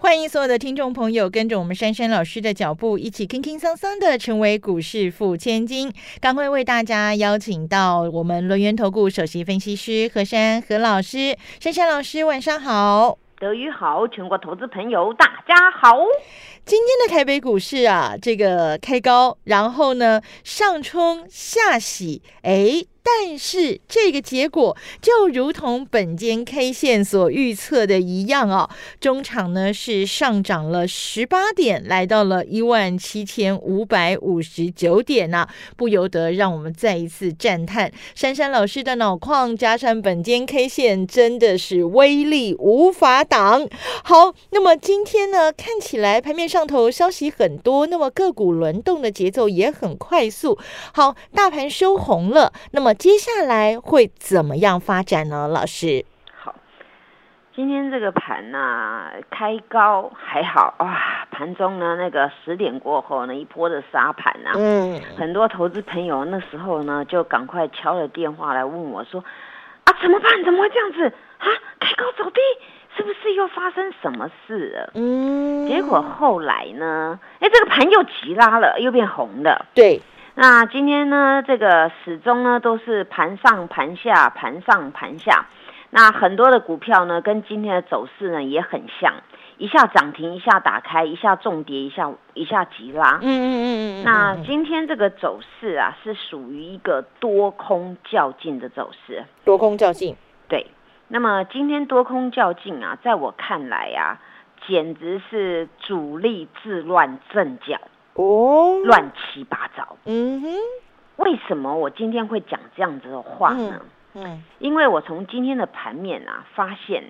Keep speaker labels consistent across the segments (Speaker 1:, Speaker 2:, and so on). Speaker 1: 欢迎所有的听众朋友跟着我们珊珊老师的脚步，一起轻轻松松的成为股市富千金。赶快为大家邀请到我们轮源投顾首席分析师何珊何老师，珊珊老师晚上好。
Speaker 2: 德语好，全国投资朋友大家好。
Speaker 1: 今天的台北股市啊，这个开高，然后呢上冲下洗，哎。但是这个结果就如同本间 K 线所预测的一样哦，中场呢是上涨了十八点，来到了一万七千五百五十九点呐、不由得让我们再一次赞叹珊珊老师的脑矿加上本间 K 线真的是威力无法挡。好，那么今天呢，看起来盘面上头消息很多，那么个股轮动的节奏也很快速。好，大盘收红了，那么接下来会怎么样发展呢？老师，
Speaker 2: 好，今天这个盘呢、开高还好哇，盘中呢那个十点过后呢一波的杀盘啊，
Speaker 1: 嗯，
Speaker 2: 很多投资朋友那时候呢就赶快敲了电话来问我说啊怎么办？怎么会这样子啊？开高走低，是不是又发生什么事了？
Speaker 1: 嗯，
Speaker 2: 结果后来呢，哎，这个盘又急拉了，又变红了。
Speaker 1: 对，
Speaker 2: 那今天呢，这个始终呢都是盘上盘下，盘上盘下。那很多的股票呢，跟今天的走势呢也很像，一下涨停，一下打开，一下重跌，一下一下急拉。
Speaker 1: 嗯嗯嗯嗯，
Speaker 2: 那
Speaker 1: 嗯
Speaker 2: 今天这个走势啊，是属于一个多空较劲的走势。
Speaker 1: 多空较劲，
Speaker 2: 对，那么今天多空较劲啊，在我看来啊，简直是主力自乱阵脚，
Speaker 1: 哦，，
Speaker 2: 乱七八糟。
Speaker 1: 嗯哼，
Speaker 2: 为什么我今天会讲这样子的话呢？
Speaker 1: 嗯，
Speaker 2: 因为我从今天的盘面啊，发现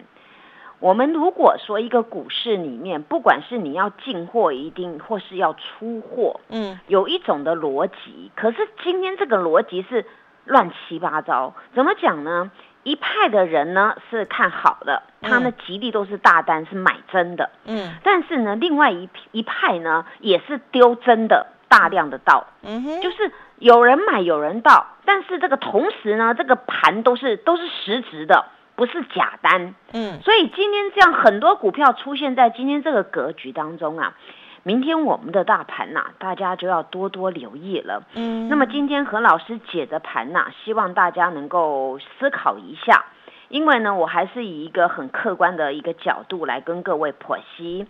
Speaker 2: 我们如果说一个股市里面，不管是你要进货一定，或是要出货，
Speaker 1: 嗯，
Speaker 2: 有一种的逻辑，可是今天这个逻辑是乱七八糟。怎么讲呢？一派的人呢是看好的，他们极力都是大单，是买真的。
Speaker 1: 嗯，
Speaker 2: 但是呢，另外一一派呢也是丢真的，大量的到。
Speaker 1: 嗯哼，
Speaker 2: 就是有人买有人到，但是这个同时呢，这个盘都是都是实质的，不是假单。
Speaker 1: 嗯，
Speaker 2: 所以今天这样很多股票出现在今天这个格局当中啊，明天我们的大盘呐、大家就要多多留意了。
Speaker 1: 嗯，
Speaker 2: 那么今天何老师解的盘呐、希望大家能够思考一下，因为呢，我还是以一个很客观的一个角度来跟各位剖析。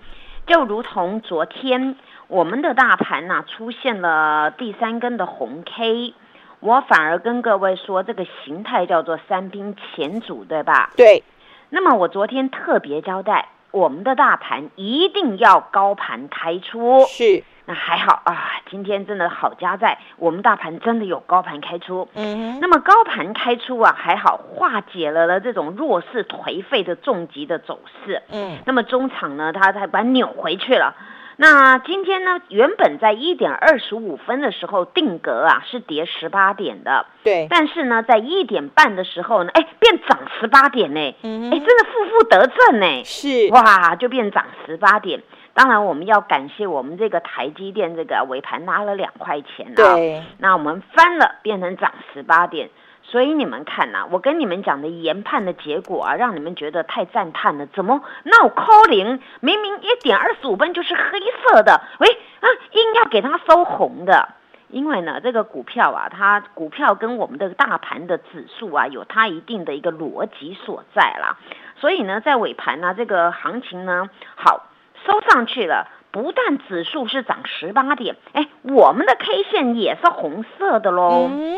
Speaker 2: 就如同昨天我们的大盘呐、出现了第三根的红 K，我反而跟各位说这个形态叫做三兵前主，对吧？
Speaker 1: 对，
Speaker 2: 那么我昨天特别交代，我们的大盘一定要高盘开出。
Speaker 1: 是，
Speaker 2: 那还好啊，今天真的好加在我们大盘真的有高盘开出。
Speaker 1: 嗯哼，
Speaker 2: 那么高盘开出啊，还好化解了了这种弱势颓废的重疾的走势。
Speaker 1: 嗯，
Speaker 2: 那么中场呢，它才把它扭回去了。那今天呢，原本在一点二十五分的时候定格啊是跌十八点的，
Speaker 1: 对，
Speaker 2: 但是呢，在一点半的时候呢，哎变涨十八点呢，
Speaker 1: 嗯
Speaker 2: 哎
Speaker 1: 哼，
Speaker 2: 真的负负得正呢。
Speaker 1: 是，
Speaker 2: 哇，就变涨十八点。当然，我们要感谢我们这个台积电这个尾盘拉了两块钱啊，
Speaker 1: 对，
Speaker 2: 那我们翻了，变成涨十八点。所以你们看呐、我跟你们讲的研判的结果啊，让你们觉得太赞叹了。怎么闹 c 零？明明一点二十五分就是黑色的，喂啊，硬要给它收红的。因为呢，这个股票啊，它股票跟我们的大盘的指数啊，有它一定的一个逻辑所在啦。所以呢，在尾盘呢、这个行情呢，好收上去了。不但指数是涨十八点，哎，我们的 K 线也是红色的喽。
Speaker 1: 嗯，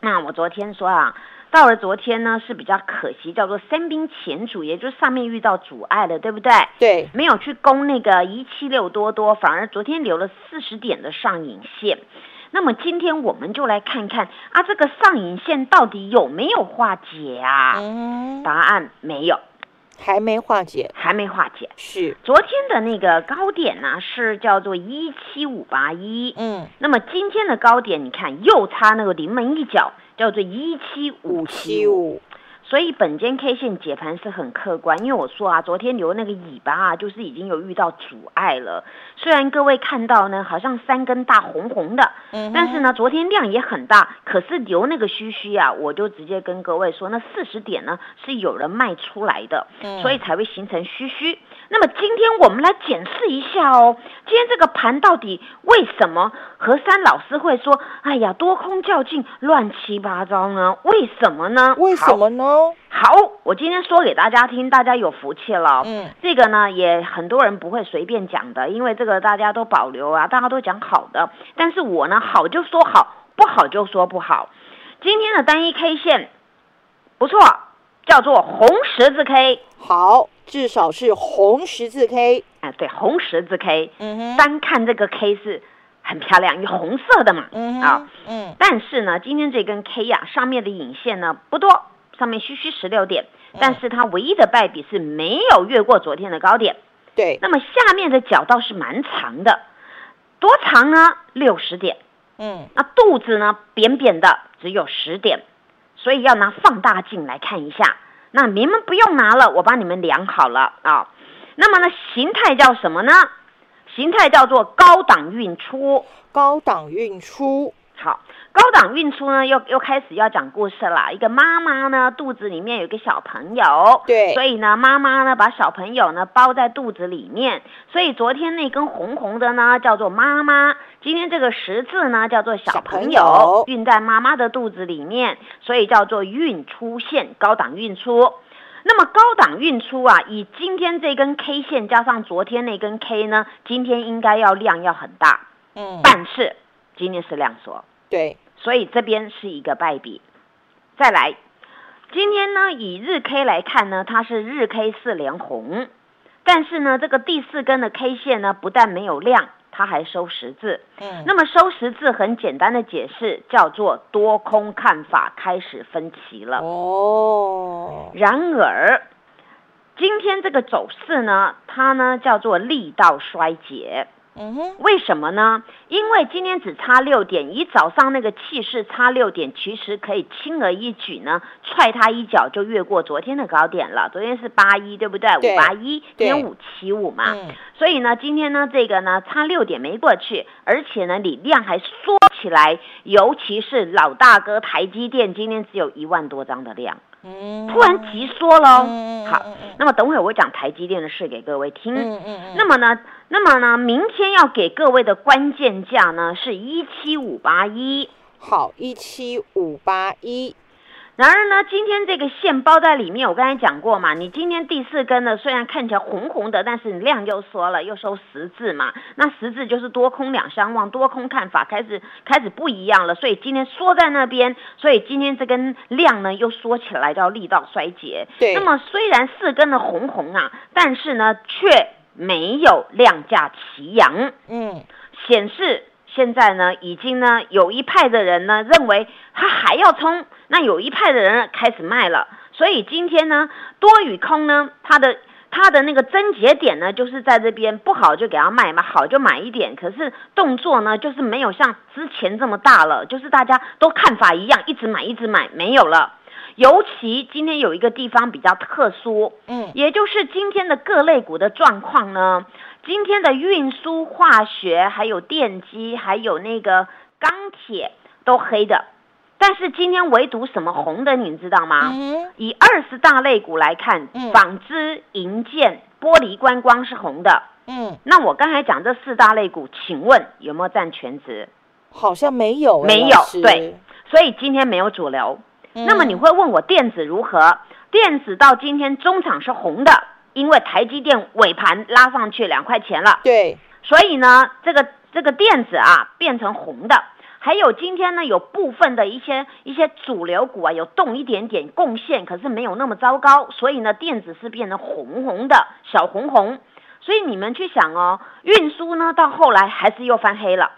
Speaker 2: 那我昨天说啊，到了昨天呢是比较可惜，叫做三兵前主，也就是上面遇到阻碍了，对不对？
Speaker 1: 对，
Speaker 2: 没有去攻那个一七六多多，反而昨天留了四十点的上影线。那么今天我们就来看看啊，这个上影线到底有没有化解啊？
Speaker 1: 嗯，
Speaker 2: 答案没有，
Speaker 1: 还没化解，
Speaker 2: 还没化解。
Speaker 1: 是，
Speaker 2: 昨天的那个高点呢、是叫做一七五八一，
Speaker 1: 嗯，
Speaker 2: 那么今天的高点你看又差那个临门一脚，叫做一七五
Speaker 1: 五
Speaker 2: 七
Speaker 1: 七
Speaker 2: 五，
Speaker 1: 五，
Speaker 2: 所以本间 K 线解盘是很客观，因为我说啊，昨天留那个尾巴啊，就是已经有遇到阻碍了。虽然各位看到呢，好像三根大红红的，
Speaker 1: 嗯哼
Speaker 2: 但是呢，昨天量也很大，可是留那个须须啊，我就直接跟各位说，那四十点呢是有人卖出来的，
Speaker 1: 嗯
Speaker 2: 所以才会形成虚虚。那么今天我们来检视一下哦，今天这个盘到底为什么何山老师会说，哎呀，多空较劲，乱七八糟呢？为什么呢？
Speaker 1: 为什么呢？
Speaker 2: 好？好，我今天说给大家听，大家有福气了。
Speaker 1: 嗯，
Speaker 2: 这个呢，也很多人不会随便讲的，因为这个大家都保留啊，大家都讲好的。但是我呢，好就说好，不好就说不好。今天的单一 K 线不错，叫做红十字 K，
Speaker 1: 好，至少是红十字 K。
Speaker 2: 哎，对，红十字 K。
Speaker 1: 嗯哼，
Speaker 2: 单看这个 K 是很漂亮，有红色的嘛，
Speaker 1: 嗯
Speaker 2: 啊
Speaker 1: 哼，，嗯
Speaker 2: 但是呢，今天这根 K 呀、上面的影线呢不多，上面虚虚十六点，但是它唯一的败笔是没有越过昨天的高点。
Speaker 1: 对，
Speaker 2: 那么下面的脚倒是蛮长的，多长呢？六十点。
Speaker 1: 嗯
Speaker 2: 那肚子呢扁扁的，只有十点，所以要拿放大镜来看一下。那你们不用拿了，我帮你们量好了啊、那么呢，形态叫什么呢？形态叫做高档运出。
Speaker 1: 高档运出，
Speaker 2: 好，高档运出呢，又又开始要讲故事啦。一个妈妈呢，肚子里面有一个小朋友，
Speaker 1: 对
Speaker 2: 所以呢，妈妈呢把小朋友呢包在肚子里面，所以昨天那根红红的呢叫做妈妈，今天这个十字呢叫做小
Speaker 1: 小
Speaker 2: 朋
Speaker 1: 朋友
Speaker 2: 友，运在妈妈的肚子里面，所以叫做运出现，高档运出。那么高档运出啊，以今天这根 K 线加上昨天那根 K 呢，今天应该要量要很大，
Speaker 1: 嗯，
Speaker 2: 但是今天是量缩。
Speaker 1: 对，
Speaker 2: 所以这边是一个败笔。再来，今天呢以日 K 来看呢，它是日 K 四连红，但是呢这个第四根的 K 线呢不但没有量，它还收十字。
Speaker 1: 嗯
Speaker 2: 那么收十字很简单的解释叫做多空看法开始分歧了。
Speaker 1: 哦，
Speaker 2: 然而，今天这个走势呢，它呢叫做力道衰竭。
Speaker 1: 嗯哼，
Speaker 2: 为什么呢？因为今天只差六点，以早上那个气势差六点，其实可以轻而易举呢，踹他一脚就越过昨天的高点了。昨天是八一，对不对？
Speaker 1: 对
Speaker 2: 五八一，今
Speaker 1: 对
Speaker 2: 天五七五嘛。
Speaker 1: 嗯
Speaker 2: 所以呢，今天呢，这个呢差六点没过去，而且呢，你量还缩起来，尤其是老大哥台积电今天只有一万多张的量，
Speaker 1: 嗯，
Speaker 2: 突然急缩喽。
Speaker 1: 嗯嗯嗯
Speaker 2: 好
Speaker 1: 嗯嗯，
Speaker 2: 那么等会儿我讲台积电的事给各位听。
Speaker 1: 嗯嗯
Speaker 2: 那么呢，那么呢，明天要给各位的关键价呢是一七五八一。
Speaker 1: 好，一七五八一，
Speaker 2: 然而呢，今天这个线包在里面，我刚才讲过嘛，你今天第四根呢，虽然看起来红红的，但是你量又缩了，又收十字嘛。那十字就是多空两相望，多空看法开始开始不一样了，所以今天缩在那边，所以今天这根量呢又缩起来，叫力道衰竭。
Speaker 1: 对
Speaker 2: 那么虽然四根的红红啊，但是呢却没有量价齐扬。
Speaker 1: 嗯，
Speaker 2: 显示现在呢，已经呢有一派的人呢认为它还要冲，那有一派的人呢开始卖了，所以今天呢多与空呢，它的它的那个症结点呢就是在这边，不好就给它卖嘛，好就买一点，可是动作呢就是没有像之前这么大了，就是大家都看法一样，一直买一直买，没有了。尤其今天有一个地方比较特殊，
Speaker 1: 嗯
Speaker 2: 也就是今天的各类股的状况呢，今天的运输、化学、还有电机、还有那个钢铁都黑的，但是今天唯独什么红的，你知道吗？
Speaker 1: 嗯哼，
Speaker 2: 以二十大类股来看
Speaker 1: 嗯，
Speaker 2: 纺织、银建、玻璃、观光是红的。
Speaker 1: 嗯，
Speaker 2: 那我刚才讲这四大类股，请问有没有占全值？
Speaker 1: 好像没有欸，
Speaker 2: 没有
Speaker 1: 老师
Speaker 2: 对，所以今天没有主流。
Speaker 1: 嗯
Speaker 2: 那么你会问我电子如何？电子到今天中场是红的，因为台积电尾盘拉上去两块钱了，
Speaker 1: 对，
Speaker 2: 所以呢，这个这个电子啊变成红的。还有今天呢，有部分的一些一些主流股啊，有动一点点贡献，可是没有那么糟糕，所以呢，电子是变得红红的小红红。所以你们去想哦，运输呢到后来还是又翻黑了，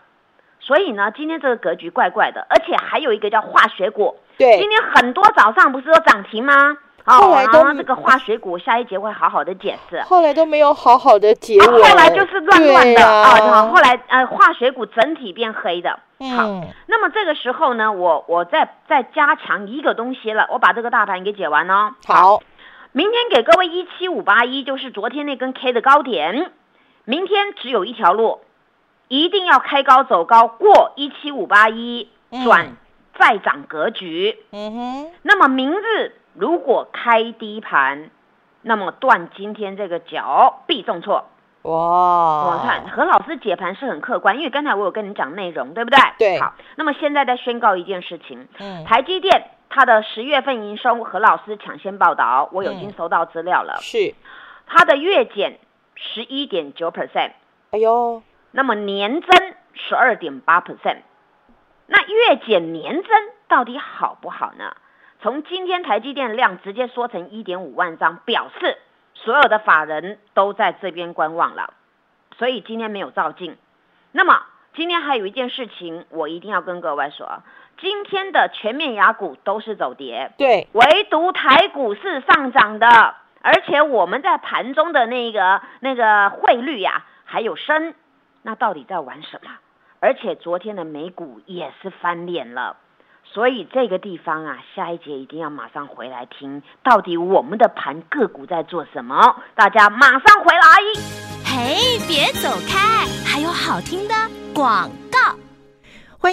Speaker 2: 所以呢，今天这个格局怪怪的，而且还有一个叫化学股，
Speaker 1: 对
Speaker 2: 今天很多早上不是都涨停吗？哦
Speaker 1: 后来都
Speaker 2: 然后这个化学股，下一节会好好的解释。
Speaker 1: 后来都没有好好的结
Speaker 2: 啊
Speaker 1: 尾，
Speaker 2: 后来就是乱乱
Speaker 1: 对
Speaker 2: 的
Speaker 1: 啊，
Speaker 2: 啊后来呃，化学股整体变黑的。好，
Speaker 1: 嗯
Speaker 2: 那么这个时候呢，我我再再加强一个东西了，我把这个大盘给解完哦。
Speaker 1: 好，
Speaker 2: 明天给各位一七五八一，就是昨天那根 K 的高点。明天只有一条路，一定要开高走高，过一七五八一
Speaker 1: 嗯
Speaker 2: 转再涨格局。
Speaker 1: 嗯哼，
Speaker 2: 那么明日如果开低盘，那么断今天这个角必重挫。
Speaker 1: 哇，
Speaker 2: 我看何老师解盘是很客观，因为刚才我有跟你讲内容，对不对？
Speaker 1: 对
Speaker 2: 好，那么现在在宣告一件事情，
Speaker 1: 嗯，
Speaker 2: 台积电它的十月份营收，何老师抢先报道，我已
Speaker 1: 嗯
Speaker 2: 经收到资料了，
Speaker 1: 是，
Speaker 2: 它的月减十一点九 percent，
Speaker 1: 哎呦，
Speaker 2: 那么年增十二点八 percent，那月减年增到底好不好呢？从今天台积电量直接缩成一点五万张，表示所有的法人都在这边观望了，所以今天没有照进。那么今天还有一件事情，我一定要跟各位说，今天的全面雅股都是走跌，
Speaker 1: 对，
Speaker 2: 唯独台股是上涨的，而且我们在盘中的那个那个汇率呀、还有升，那到底在玩什么？而且昨天的美股也是翻脸了，所以这个地方啊，下一节一定要马上回来听，到底我们的盘个股在做什么？大家马上回来。
Speaker 3: 嘿，别走开，还有好听的广告。
Speaker 1: 欢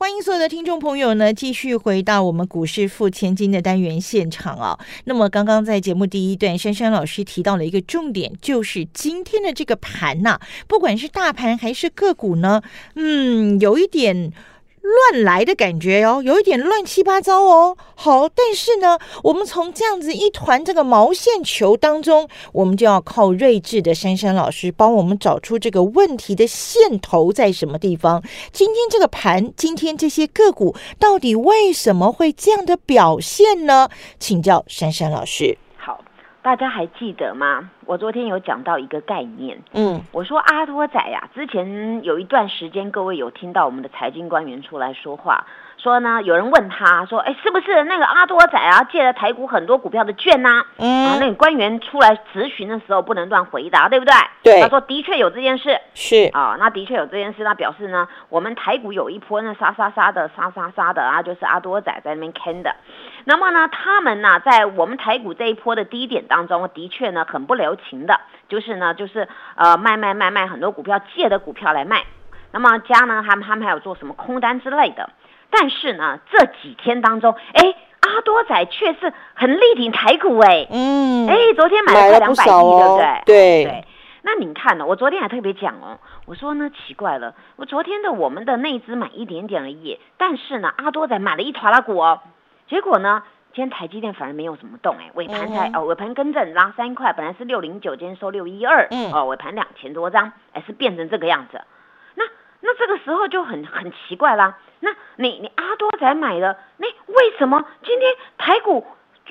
Speaker 1: 欢迎所有的听众朋友呢，继续回到我们股市付千金的单元现场啊、那么刚刚在节目第一段，珊珊老师提到了一个重点，就是今天的这个盘呐、不管是大盘还是个股呢，嗯，有一点。乱来的感觉哦，有一点乱七八糟哦。好，但是呢，我们从这样子一团这个毛线球当中，我们就要靠睿智的珊珊老师帮我们找出这个问题的线头在什么地方。今天这个盘，今天这些个股到底为什么会这样的表现呢？请教珊珊老师。
Speaker 2: 好，大家还记得吗？我昨天有讲到一个概念，
Speaker 1: 嗯，
Speaker 2: 我说阿多仔呀、之前有一段时间，各位有听到我们的财经官员出来说话，说呢，有人问他说，哎，是不是那个阿多仔啊借了台股很多股票的券呐、啊？
Speaker 1: 嗯，
Speaker 2: 那个官员出来质询的时候不能乱回答，对不对？
Speaker 1: 对
Speaker 2: 他说的确有这件事
Speaker 1: 是，
Speaker 2: 啊、那的确有这件事，那表示呢，我们台股有一波那杀杀杀的杀杀杀的啊，就是阿多仔在那边坑的。那么呢，他们呢，在我们台股这一波的低点当中，的确呢很不留情的，就是呢，就是呃卖卖卖卖很多股票，借的股票来卖。那么加呢，他们他们还有做什么空单之类的。但是呢，这几天当中，哎，阿多仔却是很力挺台股哎、
Speaker 1: 嗯，
Speaker 2: 哎，昨天买
Speaker 1: 买
Speaker 2: 了快
Speaker 1: 了不
Speaker 2: 两百亿，
Speaker 1: 少
Speaker 2: 对不
Speaker 1: 哦
Speaker 2: 对？
Speaker 1: 对
Speaker 2: 对。那你看呢？哦我昨天还特别讲哦，我说呢，奇怪了，我昨天的我们的那一只买一点点而已，但是呢，阿多仔买了一坨拉股哦，结果呢，今天台积电反而没有什么动，哎，尾盘才、
Speaker 1: 嗯
Speaker 2: 哦，尾盘跟正拉三块，本来是六零九，今天收六一二，
Speaker 1: 嗯
Speaker 2: 哦，尾盘两千多张，哎，是变成这个样子。那那这个时候就很很奇怪啦。那你你阿多仔买的，那为什么今天台股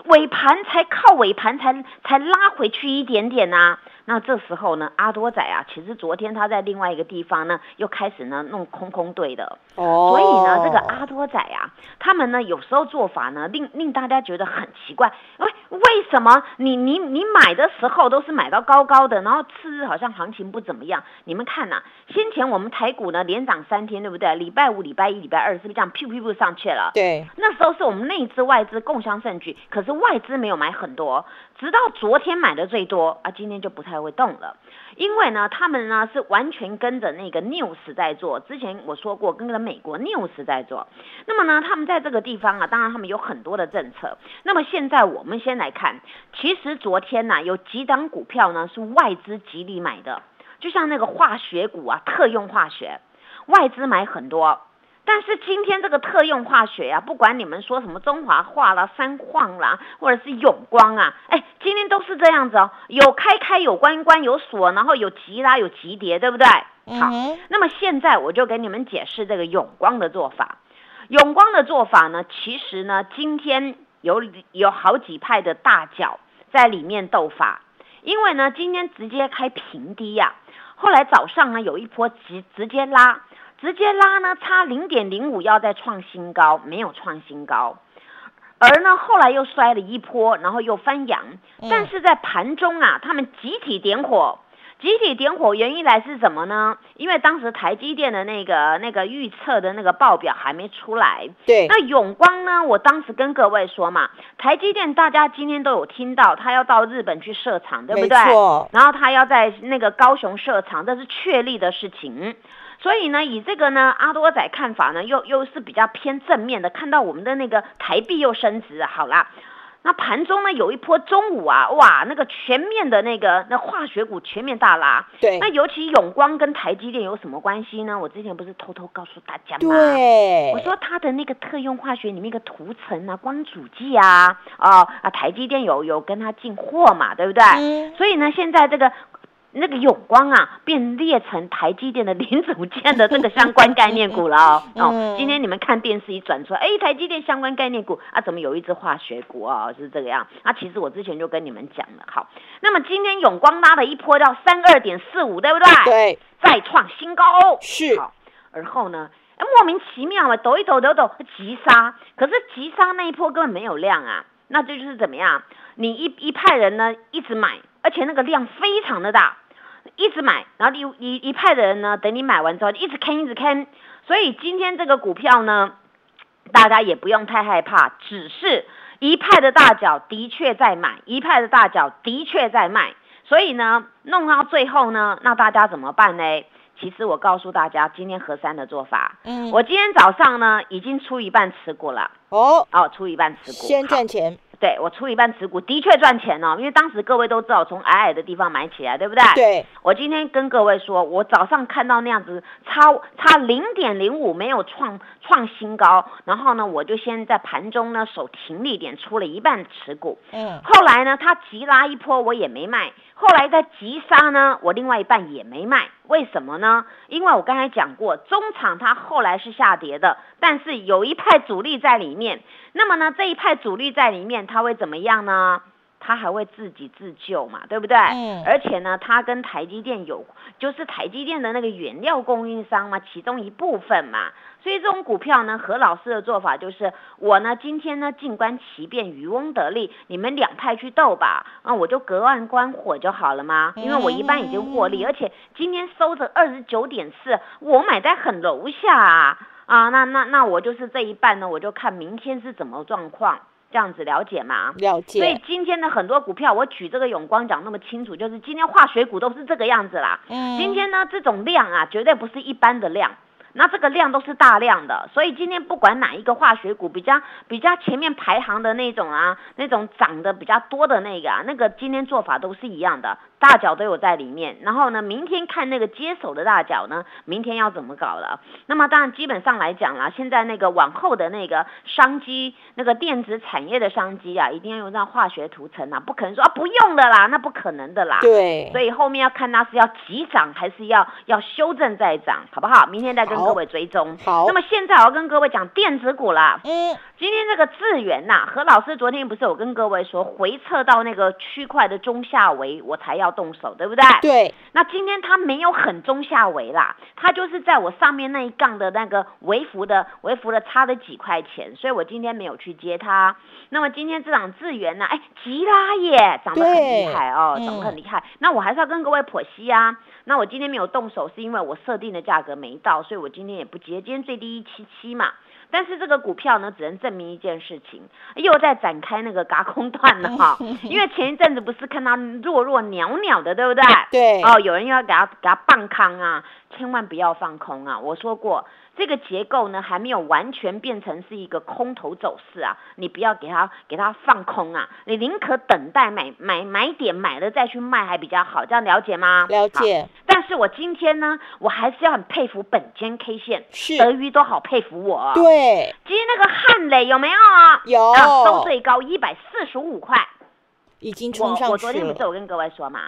Speaker 2: 尾盘才靠尾盘才才拉回去一点点呐、那这时候呢，阿多仔啊，其实昨天他在另外一个地方呢，又开始呢弄空空队的，
Speaker 1: 哦，
Speaker 2: 所以呢，这个阿多仔啊，他们呢有时候做法呢，令令大家觉得很奇怪，喂，为什么你你你买的时候都是买到高高的，然后次日好像行情不怎么样？你们看呐、先前我们台股呢连涨三天，对不对？礼拜五、礼拜一、礼拜二是不是这样屁屁屁上去了？
Speaker 1: 对，
Speaker 2: 那时候是我们内资外资共襄盛举，可是外资没有买很多，直到昨天买的最多啊，今天就不太会动了。因为呢，他们呢是完全跟着那个 news 在做，之前我说过跟着美国 news 在做。那么呢，他们在这个地方啊，当然他们有很多的政策。那么现在我们先天来看，其实昨天呐、有几档股票呢是外资极力买的，就像那个化学股啊，特用化学，外资买很多。但是今天这个特用化学啊呀、不管你们说什么中华化啦、三矿啦，或者是永光啊，哎，今天都是这样子哦，有开开，有关关，有锁，然后有急拉，有急跌，对不对？
Speaker 1: 嗯
Speaker 2: 好，
Speaker 1: 哼，
Speaker 2: 那么现在我就给你们解释这个永光的做法。永光的做法呢，其实呢，今天有有好几派的大脚在里面斗法，因为呢，今天直接开平低呀、后来早上呢有一波直直接拉，直接拉呢差零点零五要再创新高，没有创新高。而呢，后来又摔了一波，然后又翻扬，但是在盘中啊，他们集体点火，集体点火原因来是什么呢？因为当时台积电的那个那个预测的那个报表还没出来。
Speaker 1: 对，
Speaker 2: 那永光呢？我当时跟各位说嘛，台积电大家今天都有听到，他要到日本去设厂，对不
Speaker 1: 没
Speaker 2: 对？
Speaker 1: 错，
Speaker 2: 然后他要在那个高雄设厂，这是确立的事情。所以呢，以这个呢，阿多仔看法呢，又又是比较偏正面的，看到我们的那个台币又升值，好啦。那盘中呢有一波中午啊，哇，那个全面的那个那化学股全面大拉。
Speaker 1: 对
Speaker 2: 那，尤其永光跟台积电有什么关系呢？我之前不是偷偷告诉大家吗？
Speaker 1: 对，
Speaker 2: 我说它的那个特用化学里面一个涂层啊、光阻剂啊，哦啊，台积电有有跟它进货嘛，对不对？
Speaker 1: 嗯
Speaker 2: 所以呢，现在这个那个永光啊，便列成台积电的零组件的这个相关概念股 了哦。哦
Speaker 1: 嗯
Speaker 2: 今天你们看电视一转出来，哎，台积电相关概念股啊，怎么有一只化学股啊？是这个样啊？其实我之前就跟你们讲了，好，那么今天永光拉了一波到三二点四五，对不对？
Speaker 1: 对，
Speaker 2: 再创新高。
Speaker 1: 是
Speaker 2: 好，而后呢，哎莫名其妙啊，抖一抖抖一抖，急杀。可是急杀那一波根本没有量啊，那这就是怎么样？啊你一一派人呢一直买，而且那个量非常的大，一直买，然后一一一派的人呢，等你买完之后一直坑一直坑。所以今天这个股票呢，大家也不用太害怕，只是一派的大脚的确在买，一派的大脚的确在卖，所以呢，弄到最后呢，那大家怎么办呢？其实我告诉大家，今天和三的做法，
Speaker 1: 嗯，
Speaker 2: 我今天早上呢已经出一半持股了，
Speaker 1: 哦，
Speaker 2: 哦，出一半持股，
Speaker 1: 先
Speaker 2: 好
Speaker 1: 赚钱，
Speaker 2: 对我出一半持股，的确赚钱哦，因为当时各位都知道从矮矮的地方买起来，对不对？。
Speaker 1: 对，
Speaker 2: 我今天跟各位说，我早上看到那样子差差零点零五没有创创新高，然后呢，我就先在盘中呢手停利点出了一半持股，
Speaker 1: 嗯，
Speaker 2: 后来呢，它急拉一波我也没卖，后来在急杀呢，我另外一半也没卖，为什么呢？因为我刚才讲过，中场它后来是下跌的，但是有一派主力在里面，那么呢，这一派主力在里面，它会怎么样呢？它还会自己自救嘛，对不对？
Speaker 1: 嗯
Speaker 2: 而且呢，它跟台积电有，就是台积电的那个原料供应商嘛，其中一部分嘛。所以这种股票呢，何老师的做法就是，我呢今天呢静观其变，渔翁得利，你们两派去斗吧，啊，我就隔岸观火就好了嘛，因为我一般已经获利，而且今天收着二十九点四，我买在很楼下啊，啊，那那那我就是这一半呢，我就看明天是怎么状况，这样子了解吗？
Speaker 1: 了
Speaker 2: 所以
Speaker 1: 解，
Speaker 2: 今天的很多股票，我举这个永光讲那么清楚，就是今天化学股都是这个样子啦。
Speaker 1: 嗯，
Speaker 2: 今天呢，这种量啊，绝对不是一般的量。那这个量都是大量的，所以今天不管哪一个化学股比较比较前面排行的那种啊，那种涨得比较多的那个啊，那个今天做法都是一样的，大脚都有在里面。然后呢，明天看那个接手的大脚呢，明天要怎么搞了？那么当然基本上来讲啦，现在那个往后的那个商机，那个电子产业的商机啊，一定要用到化学涂层啊，不可能说啊不用的啦，那不可能的啦。
Speaker 1: 对，
Speaker 2: 所以后面要看它是要急涨还是要要修正再涨，好不好？明天再跟
Speaker 1: 好
Speaker 2: 各位追踪。
Speaker 1: 好
Speaker 2: 那么现在我要跟各位讲电子股啦。
Speaker 1: 嗯，
Speaker 2: 今天这个智源呐、何老师昨天不是有跟各位说，回撤到那个区块的中下围，我才要动手，对不对？
Speaker 1: 对，
Speaker 2: 那今天它没有很中下围啦，它就是在我上面那一杠的那个微幅的微幅的差了几块钱，所以我今天没有去接它。那么今天这档智源呢，哎，急拉耶，涨得很厉害哦，
Speaker 1: 对嗯
Speaker 2: 涨得很厉害。那我还是要跟各位剖析啊。那我今天没有动手，是因为我设定的价格没到，所以我今天也不接。今天最低一七七嘛。但是这个股票呢，只能证明一件事情，又在展开那个嘎空段了 哈、因为前一阵子不是看它弱弱袅袅的，对不对？
Speaker 1: 对，
Speaker 2: 哦，有人要给他给他棒康啊，千万不要放空啊！我说过，这个结构呢还没有完全变成是一个空头走势啊，你不要给它给它放空啊，你宁可等待买买买点买了再去卖还比较好，这样了解吗？
Speaker 1: 了
Speaker 2: 好。
Speaker 1: 解
Speaker 2: 但是我今天呢，我还是要很佩服本间 K 线，
Speaker 1: 是
Speaker 2: 德瑜都好佩服我哦。
Speaker 1: 对，
Speaker 2: 今天那个汉磊有没有啊？
Speaker 1: 有
Speaker 2: 啊，收最高一百四十五块。
Speaker 1: 已经
Speaker 2: 我
Speaker 1: 冲上
Speaker 2: 我
Speaker 1: 去
Speaker 2: 昨天不是
Speaker 1: 了。
Speaker 2: 有跟各位说嘛，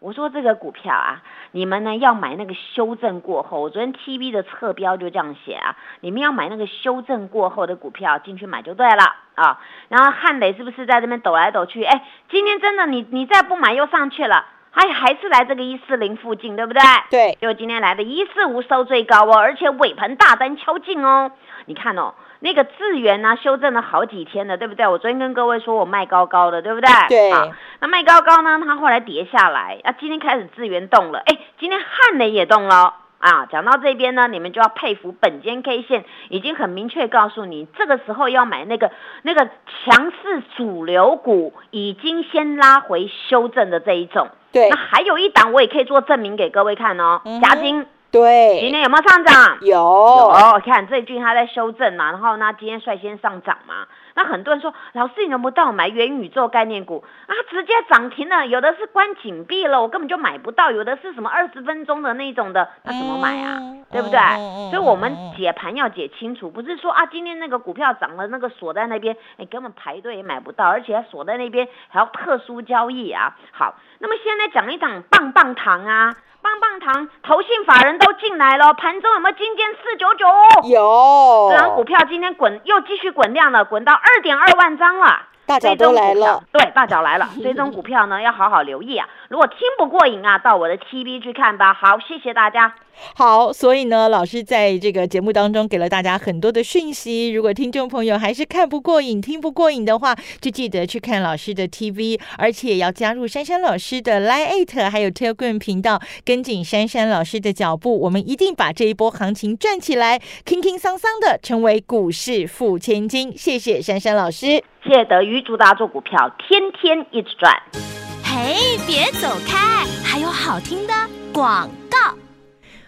Speaker 2: 我说这个股票啊，你们呢要买那个修正过后，我昨天 T V 的侧标就这样写啊，你们要买那个修正过后的股票进去买就对了啊。然后汉磊是不是在这边抖来抖去？哎，今天真的你你再不买又上去了，哎，还是来这个一四零附近，对不对？
Speaker 1: 对，
Speaker 2: 就今天来的一四五收最高哦，而且尾盘大单敲进哦。你看哦，那个智源呢、修正了好几天了，对不对？我昨天跟各位说我卖高高的，对不对？
Speaker 1: 对
Speaker 2: 好那卖高高呢，它后来跌下来，那、今天开始智源动了，哎，今天汉雷也动了哦。啊，讲到这边呢，你们就要佩服本间 K 线已经很明确告诉你，这个时候要买那个那个强势主流股，已经先拉回修正的这一种。
Speaker 1: 对
Speaker 2: 那还有一档我也可以做证明给各位看哦
Speaker 1: 嗯哼，
Speaker 2: 嘉金今
Speaker 1: 对，
Speaker 2: 天有没有上涨？
Speaker 1: 有
Speaker 2: 有，哦看最近它在修正嘛，然后呢，今天率先上涨嘛。那很多人说，老师你能不到买元宇宙概念股啊？直接涨停了，有的是关紧闭了，我根本就买不到；有的是什么二十分钟的那种的，那怎么买啊？
Speaker 1: 嗯
Speaker 2: 对不对？
Speaker 1: 嗯嗯嗯
Speaker 2: 所以我们
Speaker 1: 嗯嗯
Speaker 2: 解盘要解清楚，不是说啊，今天那个股票涨了，那个锁在那边，你根本排队也买不到，而且还锁在那边还要特殊交易啊。好，那么现在讲一讲棒棒糖啊，棒棒糖投信法人都进来了，盘中有没有金见四九九？
Speaker 1: 哦有，
Speaker 2: 然后股票今天滚又继续滚量了，滚到二点二万张了。
Speaker 1: 大脚
Speaker 2: 追
Speaker 1: 都
Speaker 2: 踪
Speaker 1: 来
Speaker 2: 股票
Speaker 1: 了，，
Speaker 2: 对，大 脚来了。追踪股票呢，要好好留意啊。如果听不过瘾啊，到我的 TB 去看吧。好，谢谢大家。
Speaker 1: 好，所以呢，老师在这个节目当中给了大家很多的讯息。如果听众朋友还是看不过瘾、听不过瘾的话，就记得去看老师的 TV，而且要加入珊珊老师的 Line 还有 Telegram 频道，跟紧珊珊老师的脚步，我们一定把这一波行情赚起来，轻轻桑桑的成为股市富千金。谢谢珊珊老师。
Speaker 2: 谢谢德瑜，祝大家做股票天天一直赚。
Speaker 3: 嘿，别走开，还有好听的广告。